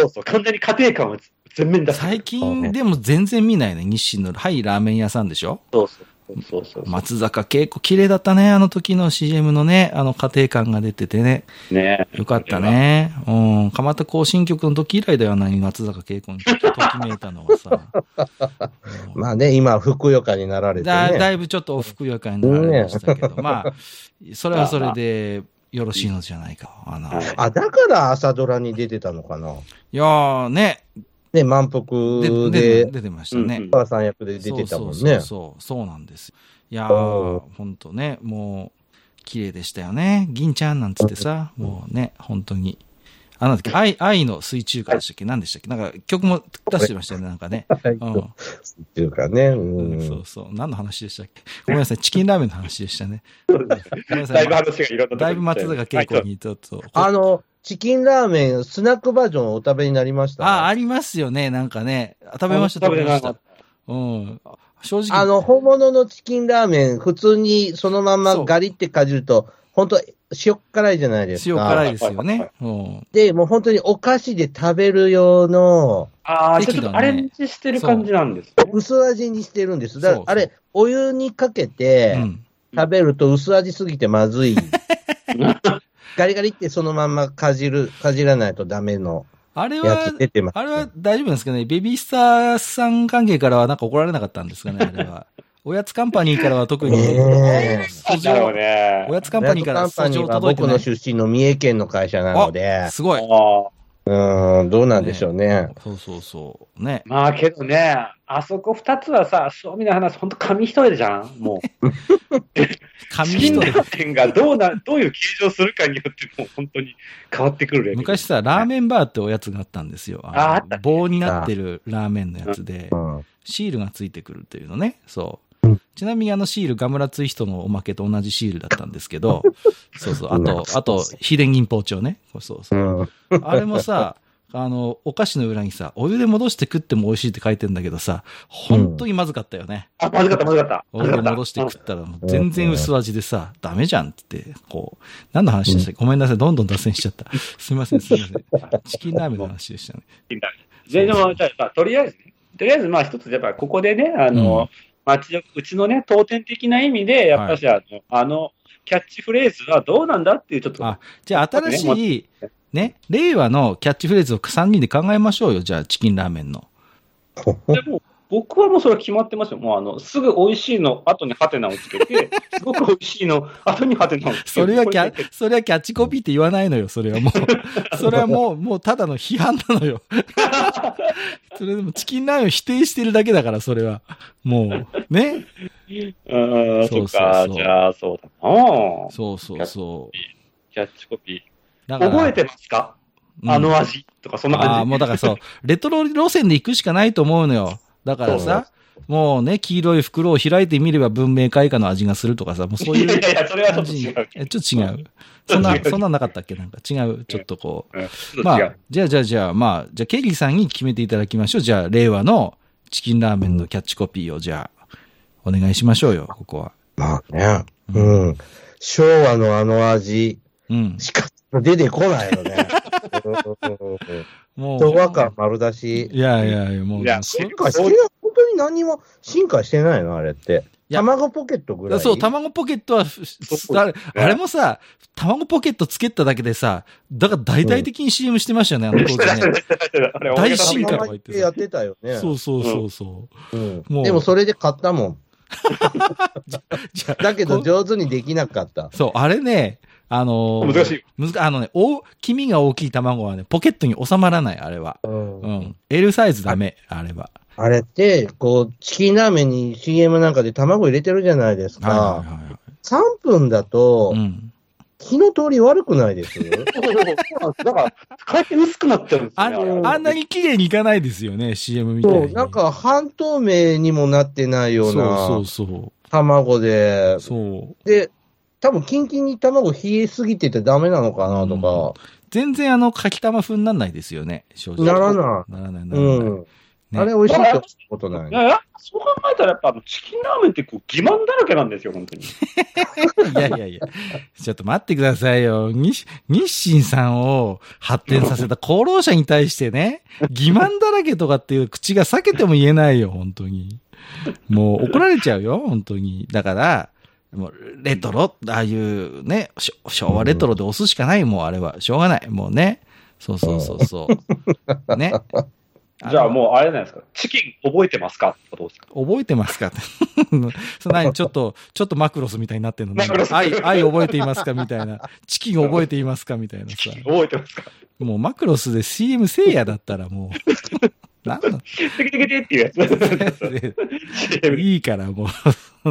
C: そうそう、完全に家庭感を全面に出す。
B: 最近でも全然見ないね、日清の。はい、ラーメン屋さんでしょ
C: そうそうそうそうそう。
B: 松坂慶子、綺麗だったね、あの時の CM のね、あの家庭感が出ててね。
C: ね
B: よかった。ね。うん。蒲田行進曲の時以来だよな、松坂慶子にときめいたのは さ。うん
D: まあね、今、ふくよかになられて
B: だだ
D: ね。
B: いぶちょっとおふくよかになられました けど、まあ、それはそれでよろしいのじゃないか。あの、
C: はい
B: い
D: あ、だから朝ドラに出てたのかな。
B: やーね、
D: ね、満
B: で
D: 腹
B: で
D: で、
B: 出てましたね。
C: うんうん
D: お母さん役で出てたもん
B: そうそう
D: ね。
B: そうそう、そうなんです。いや
D: う
B: ー、ほんとね、もう、綺麗でしたよね。銀ちゃんなんつってさ、もうね、本当に。あ、なんだっけ、愛、愛の水中歌でしたっけ何でしたっけなんか曲も出してましたよね、なんかね。
D: はい
B: うん。
D: っていうかね。うん
B: そうそう。何の話でしたっけごめんなさい。チキンラーメンの話でしたね。ごめんなさ
C: だ
B: い
C: いぶ話がいろんなところに行っちゃう
B: だいぶ松坂慶子にちょっと。
D: あの、チキンラーメン、スナックバージョンお食べになりました
B: あ、あ
D: あ
B: りますよね。なんかね。食べました、食べまし
C: 食べ
B: た
C: なか。
B: うん。正直。
D: の、本物のチキンラーメン、普通にそのまんまガリってかじると、本当塩辛いじゃないですか。
B: 塩辛いですよ
C: はい
B: ね
C: は。
B: うん。
D: で、もう本当にお菓子で食べる用の
C: ああ、じゃあちょ
B: 適度
C: っ
B: にね
C: とアレンジしてる感じなんですね。
D: 薄味にしてるんです。だか
B: そう
D: ら、あれ、お湯にかけて、
B: うん。
D: 食べると薄味すぎてまずい。 ガリガリってそのまんまかじる、かじらないとダメの
B: あれ
D: や
B: は
D: つ、出てます。
B: あれは大丈夫なんですかねベビースターさん関係からはなんか怒られなかったんですかねあれ は。おやつカンパニーからは特に、
D: ねえ
B: 訴
C: だろう
B: 状、
C: ね
B: お。やつカンパニーから訴状届いて
D: 僕
B: な
D: の
B: い。
D: 出身の三重県の会社なので、
B: すごい。
C: ああ
D: うーん、どうなんでしょうね。
B: そうそうそう。ね。
C: まあけどね、あそこ二つはさ、正味の話、本当紙一重じゃん、もう。
B: 紙
C: チキン
B: 一
C: ラ
B: 重。
C: ーメンがどうな、どういう形状するかによって、もう本当に 変わってくるレベル。
B: 昔さ、ラーメンバーっておやつがあったんですよ。の
C: ああったね
B: 棒になってるラーメンのやつで
D: う、ん
B: シールがついてくるっていうのね。そう
D: うん。
B: ちなみにあのシール、ガムラツイストのおまけと同じシールだったんですけど、そうそう。あ
D: うん
B: と、あと、秘伝銀包丁ね。そうそう。
D: うん
B: あれも さ、あの、お菓子の裏にさ、お湯で戻して食っても美味しいって書いてんだけどさ、本当にまずかったよね。
C: あ、まずかった、まずかった。
B: お湯で戻して食ったら、もう全然薄味でさ、ダメじゃんってって、こう、何の話でしたっけごめんなさい、どんどん脱線しちゃった。 すいません、すいません。チキンラーメンの話でしたね。
C: で、でも、じゃあ、まあとりあえずね、とりあえず、まあ、一つ、やっぱ、ここでね、あ
B: う
C: の
B: ん、
C: 街の、うちのね、当店的な意味で、やっぱし、あの、あの、キャッチフレーズはどうなんだっていう、ちょっと、
B: あじゃあ、新しい、ね、令和のキャッチフレーズを3人で考えましょうよ。じゃあ、チキンラーメンの。
C: でも、僕はもうそれ決まってますよ。もうあの、すぐ美味しいの後にハテナをつ けて、すごく美味しいの後にハテナをつけて。
B: それはキ
C: こ
B: ャ、それはキャッチコピーって言わないのよ、それはも う。それはもう、もうただの批判なのよ。 それでもチキンラーメンを否定してるだけだから、それは。もう、ね。
C: うーん、
B: そ
C: そ
B: そ
C: うっ
B: うそう
C: か、じゃあそうだな
B: そうそうそう。
C: キャッチコピ
B: だ
C: ー。
B: から
C: 覚えてますか
B: うん
C: あの味とか、そんな
B: ああ、
C: 感じ。
B: もうだから そう、レトロ路線で行くしかないと思うのよ。だからさ、もうね、黄色い袋を開いてみれば文明開化の味がするとかさ、もうそうい
C: いや
B: う
C: いやいや、それはちょ
B: 感
C: っと
B: じに。
C: 違う。
B: えちょっと違う。そんな
C: 違、う
B: そんなんなかったっけなんか違う。ちょっとこ
C: うんちょ
B: う。
C: っと
B: ま
C: 違
B: あ
C: う。、
B: じゃあじゃあじゃあ、まあ、じゃあケリーさんに決めていただきましょう。じゃあ、令和のチキンラーメンのキャッチコピーを、じゃあ、お願いしましょうよ、ここは。
D: まあね。うん。昭和のあの味
B: うん。
D: しか出てこないよね。うん
B: も
D: 昭和
B: う、
D: 感丸出し。
B: いやいやいや、もう、
C: いや
B: そ
D: なんかそれは本当に何も進化してないのあれって。
B: いや
D: 卵ポケットぐらい。
B: そう、卵ポケットは、ふ
C: そう
B: あれあれもさ、卵ポケットつけただけでさ、だから大々的に CM してましたよね、あの当時ね。
C: あれ
B: 大
D: そ
B: 進
D: の
B: 化
D: ま
B: とか
D: ま
B: 言っ
D: 言っててやってたよね。。
B: そうそうそうそうもうん
D: でもそれで買ったもん。
B: う。じゃあ
D: だけど
B: こ
D: 上手にできなかった。
B: そう、あれね、あのー
C: 難しい。
B: むずあのね、お、黄身が大きい卵はね、ポケットに収まらない、あれは。う
D: うん
B: ん。L サイズダメ、あれは。
D: あれって、こう、チキンラーメンに CM なんかで卵入れてるじゃないです
B: は
D: か
B: い。はいはいはい。
D: 3分だと
B: う、ん。
D: 火の通り悪くないで
C: そ
D: す
C: うそうそうだから、かえって薄くなっちゃうんです
B: あ
C: よね。れ
B: あんなに綺麗にいかないですよね、CM みたい
D: そう、
B: に。
D: なんか半透明にもなってないよう
B: そ
D: な
B: うそうそ
D: 卵で
B: う。、そう。
D: で、多分キンキンに卵冷えすぎててダメなのかなと
B: 全然あの、かきたま風になんないですよね、正
D: か、
B: 直。
D: ならな
B: ならない、
D: い。
B: な
D: う
B: らない。
D: ん。
B: ね
D: あれ美味しいってことない
C: い。やいやそう考えたら、やっぱチキンラーメンってこう欺瞞だらけなんですよ、本当 に。
B: いやいやいや。ちょっと待ってくださいよ。日日清さんを発展させた功労者に対してね、欺瞞だらけとかっていう口が避けても言えないよ、本当に。もう怒られちゃうよ、本当に。だから、もうレトロ、ああいうね、しょ昭和レトロで押すしかない、もうあれは。しょうがない、もうね。そうそうそうそう。ね。
C: じゃあもうあれじゃないですか、チキン覚えてますかってことですか。
B: 覚えてますかって。 そんなにちょっと、ちょっとマクロスみたいになってんのなん
C: マクロ
B: か
C: ス
B: 愛、愛覚えていますかみたいな。チキン覚えていますかみたいなさ
C: チキン。覚えてますか。
B: もうマクロスで CM せいやだったらもう。 なんだ
C: テキテキテっていうやつ。
B: いいからもう。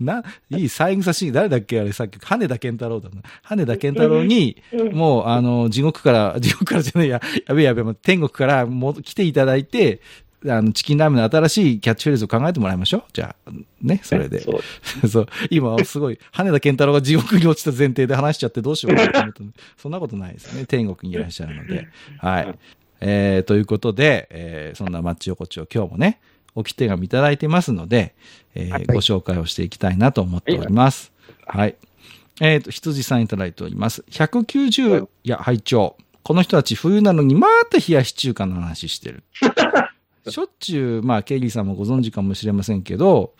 B: な、いい、三枝シーン、誰だっけあれさっき、羽田健太郎だな。羽田健太郎に、もう、あの、地獄から、 地獄からじゃないや、やべえやべえ、もう天国からもう来ていただいて、あの、チキンラーメンの新しいキャッチフレーズを考えてもらいましょう。じゃあ、ね、それで。
C: そ う
B: そう。今、すごい、羽田健太郎が地獄に落ちた前提で話しちゃってどうしようかなと思った のそんなことないですね。天国にいらっしゃるので。 は
C: う
B: い
C: ん。
B: えー、ということで、えーそんなマッチ横丁、今日もね、置き手紙いただいてますので、えーご紹介をしていきたいなと思っております。はい。えっ、と、羊さんいただいております。190、いや、拝聴この人たち冬なのにまた冷やし中華の話して る。しょっちゅう、まあ、ケイリーさんもご存知かもしれませんけど、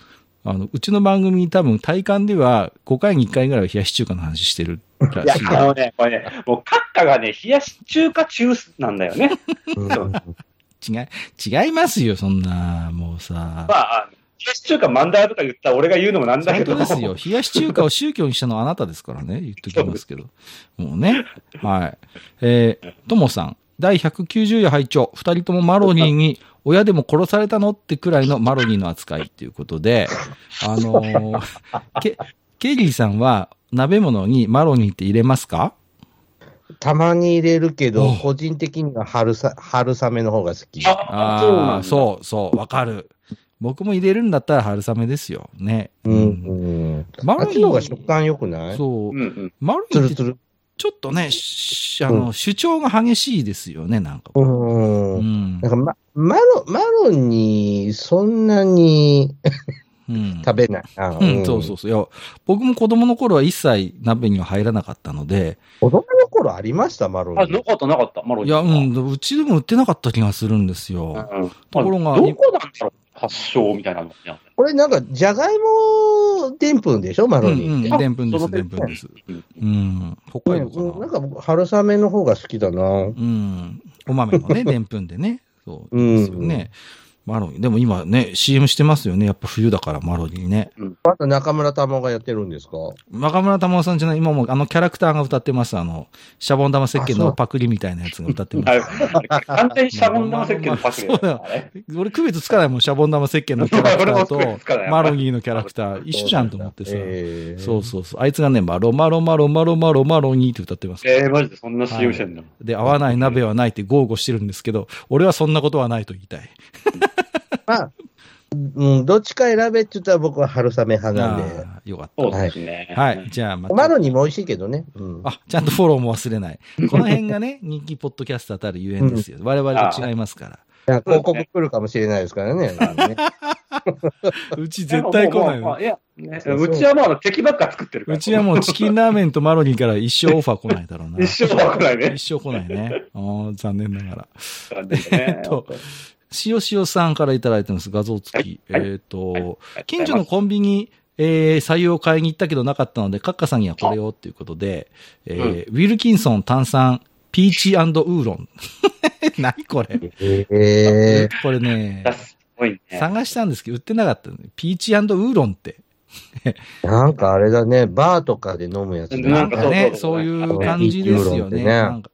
B: あの、うちの番組多分体感では5回に1回ぐらいは冷やし中華の話してるら
C: いや
B: しい。、
C: あのね、これね、もう、閣下がね、冷やし中華中枢なんだよ ね。
D: うん
B: 違い、違いますよ、そんな、もうさ
C: ま。あ、あの冷やし中華マンダーとか言った俺が言うのもなんだけ
B: 本
C: ど。
B: 当ですよ。冷やし中華を宗教にしたのはあなたですからね。言っときますけど。もうね。はい。えー、ともさん。第190夜拝聴二人ともマロニーに、親でも殺されたのってくらいのマロニーの扱いっていうことで、あの ー、けケリーさんは鍋物にマロニーって入れますか
D: たまに入れるけ
B: お
D: ど、
B: う
D: 個人的には春さ春雨の方が好き。
C: あそうなん
B: あ
C: だ
B: あ、そうそう、わかる。僕も入れるんだったら春雨ですよ。ね。
D: うん。うん。
B: マ
D: あ
B: ロ
D: っ
B: ニ
D: ちの方が
B: ー
D: 食、感良くない
B: そう
C: う、んうん。
B: マロニ
D: つ
B: ーっ
D: る
B: て
D: つる。
B: ちょっとね、しあの、主張が激しいですよね、なんか。
D: う。
B: うんん
D: な。んか、ま、マロ、マロに、そんなに
B: うん。
D: 食べないな。
B: うん、そうそうそう。いや、僕も子供の頃は一切鍋には入らなかったので、
D: 子供の頃ありました、マロ
C: あ、
D: ニ
C: な。かった、なかった、マロ
B: い
C: ニー
B: や、うん、うちでも売ってなかった気がするんですよ。
C: うん。
B: ところが
C: まあどこなんだろう、発祥みたいなのにある
D: これなんか、じゃがいもでんぷんでしょ、マ
B: うん、
D: ロ
B: う
D: ニ
B: ん、
D: って。
B: でんぷんで
D: そ
B: す、
D: の
B: で
D: で
B: ん
D: ん
B: ぷ
D: ぷ
B: ん
D: ん
B: です。
C: うん
B: うん、北海
D: うん
B: 道か
D: うん
B: な
D: な。んか僕、春雨の方が好きだな。
B: うん。お豆のね、でんぷんでね。そう。
D: うん
B: ですよね。マロニー。でも今ね、CM してますよね。やっぱ冬だから、マロニーね。
D: また中村玉緒がやってるんですか
B: 中村玉緒さんじゃない、今もあのキャラクターが歌ってます。あの、シャボン玉石鹸のパクリみたいなやつが歌 ってます。
C: あれ完全にシャボン玉石鹸のパクリだ
B: そう
C: よ
B: だよ
C: あれ
B: 俺区別つかないもん、シャボン玉石鹸のキャラクター
C: 俺も区別つかな
B: と、
C: い
B: マロニーのキャラクター、一緒じゃんと思ってさ。
D: えー
B: そうそうそう。あいつがね、マロマロマロマロマロマロニーって歌ってます。
C: えー、マジでそんな CM してんの、
B: で、合わない鍋はないって豪語してるんですけど、俺はそんなことはないと言いたい。
D: まあ、うん、どっちか選べって言ったら僕は春雨派なんで。
B: あーよかっ
C: そうですね。
B: た。はい。じゃあまた。
D: マロニーも美味しいけどね。うん、
B: あ、ちゃんとフォローも忘れない。この辺がね、人気ポッドキャスターたるゆえんですよ。我々と違います から。
D: いや広告来るかもしれないですからね。 あのね
B: うち絶対来ない
C: もうもう
B: よ。
C: いや、ねうちはもう敵ばっか作ってるから。
B: うちはもうチキンラーメンとマロニーから一生オファー来ないだろうな。
C: 一生来な いね。
B: 一生来ないね。あー残念ながら。っ
C: え
B: と塩塩さんからいただいてます。画像付き。
C: はい
B: えっ、と、
C: はい
B: 近所のコンビニ、えー、採用買いに行ったけどなかったので、カッカさんにはこれをっていうことで、えーウィルキンソン炭酸、ピーチウーロン。 何これ
D: えー、
B: これね、
C: すごいね。
B: 探したんですけど、売ってなかったのね。ピーチウーロンって。
D: なんかあれだね、バーとかで飲むやつだ
B: なん
C: なん
D: ね
C: か
B: かね、
C: そ
B: そう
C: そうそ
B: うい
C: う
B: う感じです
D: ピーチウーロ
B: よ
D: ンって
B: ね。
D: ね
B: なんか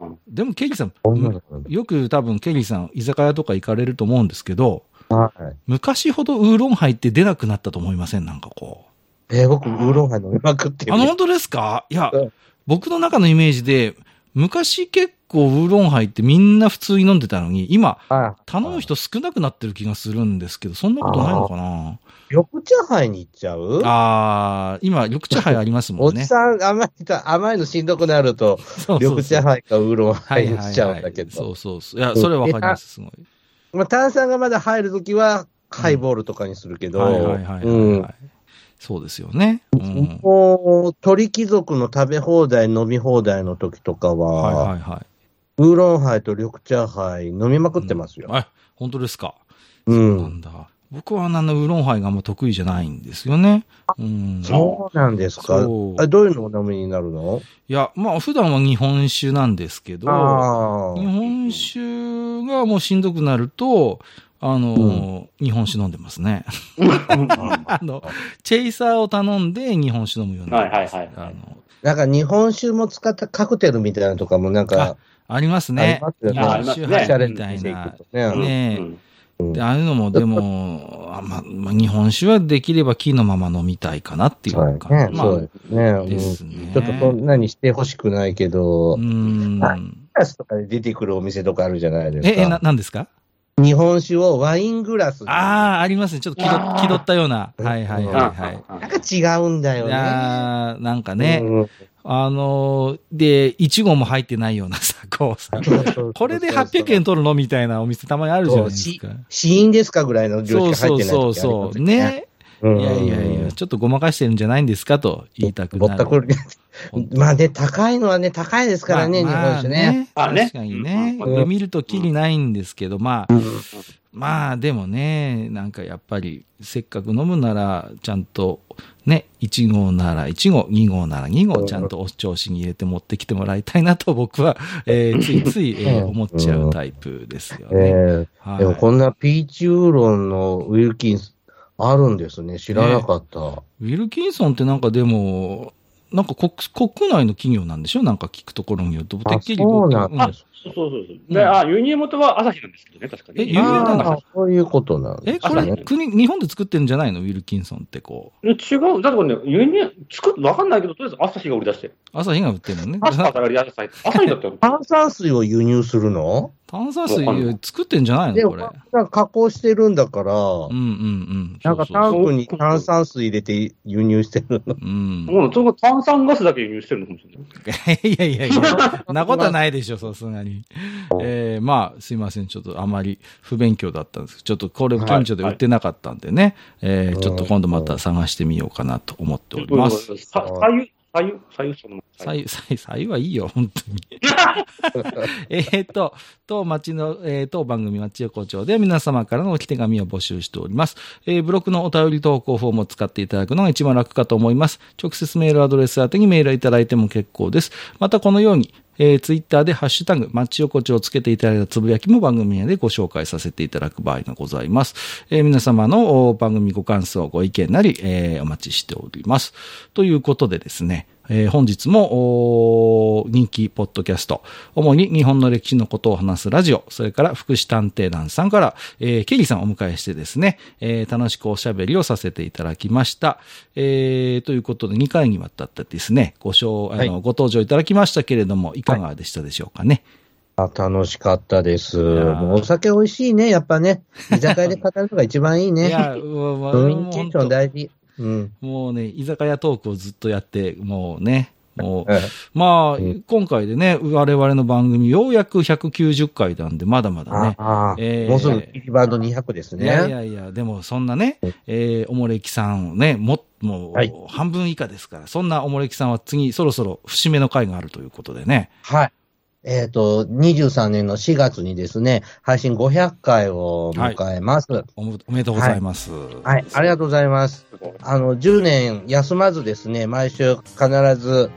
C: うん
B: でも、ケリーさん、
D: こんなのなんだ
B: よく多分ケリーさん、居酒屋とか行かれると思うんですけど、
D: はい。
B: 昔ほどウーロン杯って出なくなったと思いませんなんかこう。
D: えー、僕、ウーロンハイ飲みまくってる
B: あ、本当ですかいや、
D: うん
B: 僕の中のイメージで、昔結構ウーロンハイってみんな普通に飲んでたのに、今、
D: はい
B: 頼む人少なくなってる気がするんですけど、そんなことないのかな
D: 緑茶杯に行っちゃう
B: あー、今、緑茶杯ありますも
D: お
B: ん
D: じ
B: ね。
D: さん、甘いと、甘いのしんどくなると、
B: そうそう
D: 緑
B: そう
D: 茶杯かウーロンハ
B: はい
D: イ
B: はい
D: に
B: は
D: し
B: い。
D: ちゃうんだけ
B: そ
D: ど。
B: うそうそう。いや、それわかります、すごい。
D: まあ、炭酸がまだ入るときは、ハイボールとかにするけど、
B: はいはいはいはいはい、
D: うん
B: そうですよね。うん。
D: もう、鳥貴族の食べ放題、飲み放題の時とかは、
B: はいはいはい。
D: ウーロンハイと緑茶杯飲みまくってますよ。
B: あ、本当ですか。
D: うん。
B: なんだ。僕はあの、ウーロンハイがあんま得意じゃないんですよね。うん。
D: そうなんですか
B: そう
D: あどういうのお飲みになるの
B: いや、まあ、普段は日本酒なんですけど、
D: あ
B: 日本酒がもうしんどくなると、あのー、日本酒飲んでますね。 あの、チェイサーを頼んで日本酒飲むようになります。
C: はいはいはいはい
B: あの、
D: あ。なんか日本酒も使ったカクテルみたいなのとかもなんか、
B: ありますね。
D: あり
B: 日
D: ま
B: 本
C: す
B: 酒
C: よね
B: 入るみたい
D: 店行
B: な
D: く。とね。
B: ねえ
C: うん
B: でああいうのも、でも、あまあ、まあ日本酒はできれば木のまま飲みたいかなっていう
D: はい
B: か、
D: ね、
B: まあ
D: そうですね。うん
B: ですね。
D: ちょっとそんなにしてほしくないけど、
B: う
D: テ
B: ーん。
D: ラスとかで出てくるお店とかあるじゃないです
B: え、
D: か。
B: え、な、なんですか
D: 日本酒をワイングラスに
B: ああ、ありますね。ちょっと気取気取ったような。はいはいはいはい。
D: なんか違うんだよ
B: い
D: ね。
B: やーなんかね、
D: うん
B: あのーで、いちごも入ってないようなさ、 こうさ、
D: そうそうそ う
B: これで800円取るのみたいなお店たまにあるじゃないですか。
D: 死因ですかぐらいの
B: そ
D: 量
B: う
D: しか
B: そう
D: 入ってない
B: そう
D: 時あり
B: そ
D: ま
B: う。
D: すよね。
B: ね。
D: うん
B: いやいやいや、ちょっとごまかしてるんじゃないんですかと言いたく
D: ぼ
B: な
D: った
B: る。
D: くり。まあね、高いのはね、高いですからね、日本酒ね。
B: まあ
C: あね
B: 確かにね。
C: うん
B: これ見るときりないんですけど、まあ、まあでもね、なんかやっぱり、せっかく飲むなら、ちゃんと、ね、1号なら1号、2号なら2
D: う
B: 号、
D: ん
B: ちゃんとお調子に入れて持ってきてもらいたいなと僕は、えーついつい、えー
D: うん
B: 思っちゃうタイプですよ
D: え
B: ね。
D: え
B: はい
D: でもこんなピーチウーロンのウィルキンス、あるんですね。知らなかった。
B: ウィルキンソンってなんかでも、なんか国国内の企業なんでしょなんか聞くところによると、てっ
D: あ、
B: きり
D: そうなん
B: 僕う
D: だ
B: ん。
C: そうそうそうそう。で、あ、輸入元は朝日なんですけどね、確かに。
B: え輸入元なんだ
D: あーそういうことなんです
B: え、
D: ね。
B: これ、
C: ね
B: 国、日本で作ってるんじゃないのウィルキンソンってこ
C: え違う。だってこれね、輸入、作るわかんないけど、とりあえず朝日が売り出してる。
B: う、朝日が売ってるのね。
C: パスタから朝日。朝日だったよ。
D: 炭酸水を輸入するの
B: 炭酸水作ってんじゃない
D: で
B: の
D: も、
B: これ。
D: まあ加工してるんだから、
B: うんうんうん。
D: なんか
B: そうそう
D: タ
B: そ
D: ンクに炭酸水入れて輸入してる の。
B: ううん。
C: もう、そこ炭酸ガスだけ輸入してるのかもしれない。
B: いやいやい や、なことはないでしょ、さすがに。えー、まあ、すいません。ちょっとあまり不勉強だったんですけど、ちょっとこれ、
D: はい
B: 近所で売ってなかったんでね、えー
D: うん
B: ちょっと今度また探してみようかなと思っております。
C: さ左右、左右、左右その。
B: さゆ、さゆ、さゆはいいよ、本当に。 えーっと、当町の、えー当番組町横丁では皆様からのおき手紙を募集しております。えーブログのお便り投稿フォームを使っていただくのが一番楽かと思います。直接メールアドレス宛てにメールいただいても結構です。またこのように、えー、ツイッターでハッシュタグ、マッチ横丁をつけていただいたつぶやきも番組内でご紹介させていただく場合がございます。えー皆様のお番組ご感想、ご意見なり、えーお待ちしております。ということでですね、えー本日もおー人気ポッドキャスト、主に日本の歴史のことを話すラジオ、それから福祉探偵団さんから、えーケリーさんをお迎えしてですね、えー楽しくおしゃべりをさせていただきました。えーということで、2回にわたってですね、ご紹あの、
D: は
B: ご登場いただきましたけれども、いかがでしたでしょうかね。
D: あ楽しかったです。
B: ー
D: もうお酒美味しいね、やっぱね。居酒屋で語るのが一番いい
B: い や、
D: ね。
B: うわまあ
D: コミュニケー
B: 本
D: ション
B: 当
D: 大事。うん。
B: もうね、居酒屋トークをずっとやって、もうね、もう、
D: うん
B: まあ、
D: うん
B: 今回でね、我々の番組、ようやく190回なんで、まだまだね。
D: ああ、
B: えー
D: もうすぐ一バンド200です
B: いやい
D: ね。
B: やいや、でもそんなね、えー、おもれきさんをね、も、もう
D: はい、
B: 半分以下ですから、そんなおもれきさんは次、そろそろ節目の回があるということでね。
D: はい。えっと、23年の4月にですね、配信500回を迎えます。はい。
B: おめおめでとうございます。
D: ありがとうございます。
C: すごい。
D: あの、10年休まずですね、毎週必ず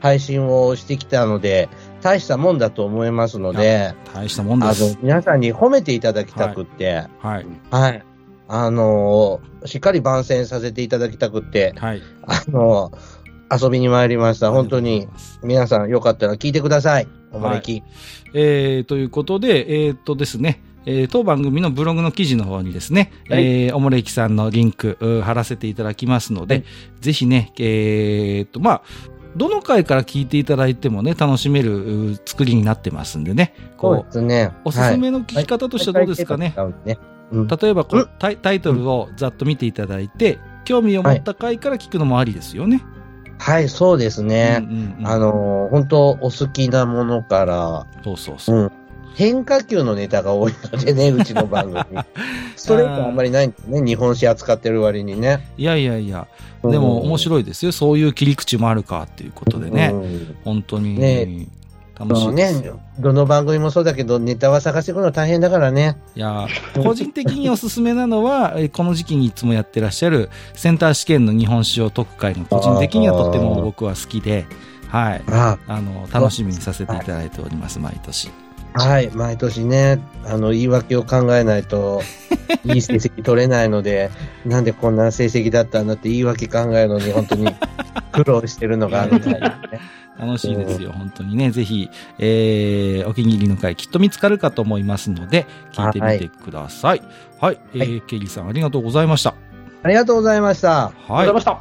D: 配信をしてきたので、大したもんだと思いますので、
B: 大したもんで
D: あの
B: す。、
D: 皆さんに褒めていただきたくって、
B: はい。
D: はい。あのーしっかり番宣させていただきたくって、
B: はい。
D: あのー遊びに参りました。本当
B: ありがと
D: に
B: うございます。
D: 皆さんよかったら聞いてください。おもれき。
B: えーということで、えーっとですね、えー当番組のブログの記事の方にですね、
D: はい
B: えーおもれきさんのリンクうー貼らせていただきますので、
D: はい
B: ぜひね、えーっと、まあ、どの回から聞いていただいてもね、楽しめるうー作りになってますんでね、
D: そうで
B: こう、
D: すね。
B: おすすめの聞き方としてはどうですかね。
D: はい。ねうん
B: 例えばこ
D: う
B: うんタイ、タイトルをざっと見ていただいて、興味を持った回から聞くのもありですよね。
D: はい、そうですね。
B: うんうんうん
D: あのー本当お好きなものから、
B: そうそうそう。
D: うん変化球のネタが多いので ね、うちの番組。ストレートあんまりないんですね、日本史扱ってる割にね。
B: いやいやいや、でも面
D: い
B: 白いですよ。そういう切り口もあるかっていうことでね。本当に、
D: ね
B: 楽しいですよ。
D: どの番組もそうだけど、ネタは探してくるの大変だからね。
B: いや、個人的におすすめなのは、えこの時期にいつもやってらっしゃる、センター試験の日本史を解く会が個人的にはとっても僕は好きで、はい。
D: あ
B: あの、楽しみにさせていただいております、毎年。
D: はい、毎年ね、あの、言い訳を考えないと、いい成績取れないので、なんでこんな成績だったんだって言い訳考えるのに、本当に苦労してるのがあるみたいですね。
B: 楽しいですよ、本当にね。ぜひ、えー、お気に入りの回きっと見つかるかと思いますので、聞いてみてください。はい。えーケリーさんありがとうございました。
D: ありがとうございました。
C: あ
B: は
C: り
B: い
C: がとうございま。した。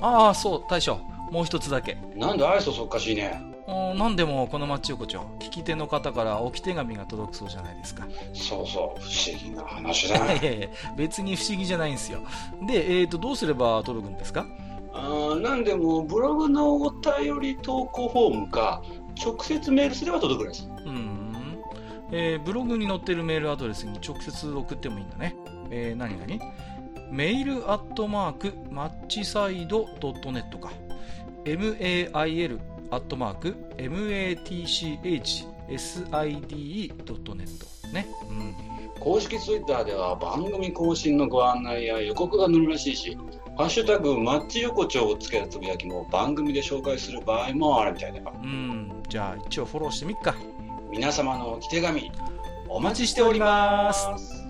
B: ああ、そう、大将。もう一つだけ。
E: なんでアイスそっかしいね
B: うんなんでもこのマッチ横丁聞き手の方から置き手紙が届くそうじゃないですかい
E: そうそう不思議な話だ
B: やいや別に不思議じゃないんですよで、えー、とどうすれば届くんですか
E: あーなんでもブログのお便り投稿フォームか直接メールすれば届くんです
B: うーん、えーブログに載ってるメールアドレスに直接送ってもいいんだねえー、何何メールアットマークマッチサイドドットネットか mail アットマーク matchside.net ね、うん、
E: 公式ツイッターでは番組更新のご案内や予告が載るらしいし「ハッシュタグマッチ横丁」をつけたつぶやきも番組で紹介する場合もあるみたいだよ
B: うん、じゃあ一応フォローしてみっか
E: 皆様のお手紙お
B: お
E: 待
B: 待
E: ち
B: ち
E: し
B: しててお
E: おり
B: り
E: ま
B: ます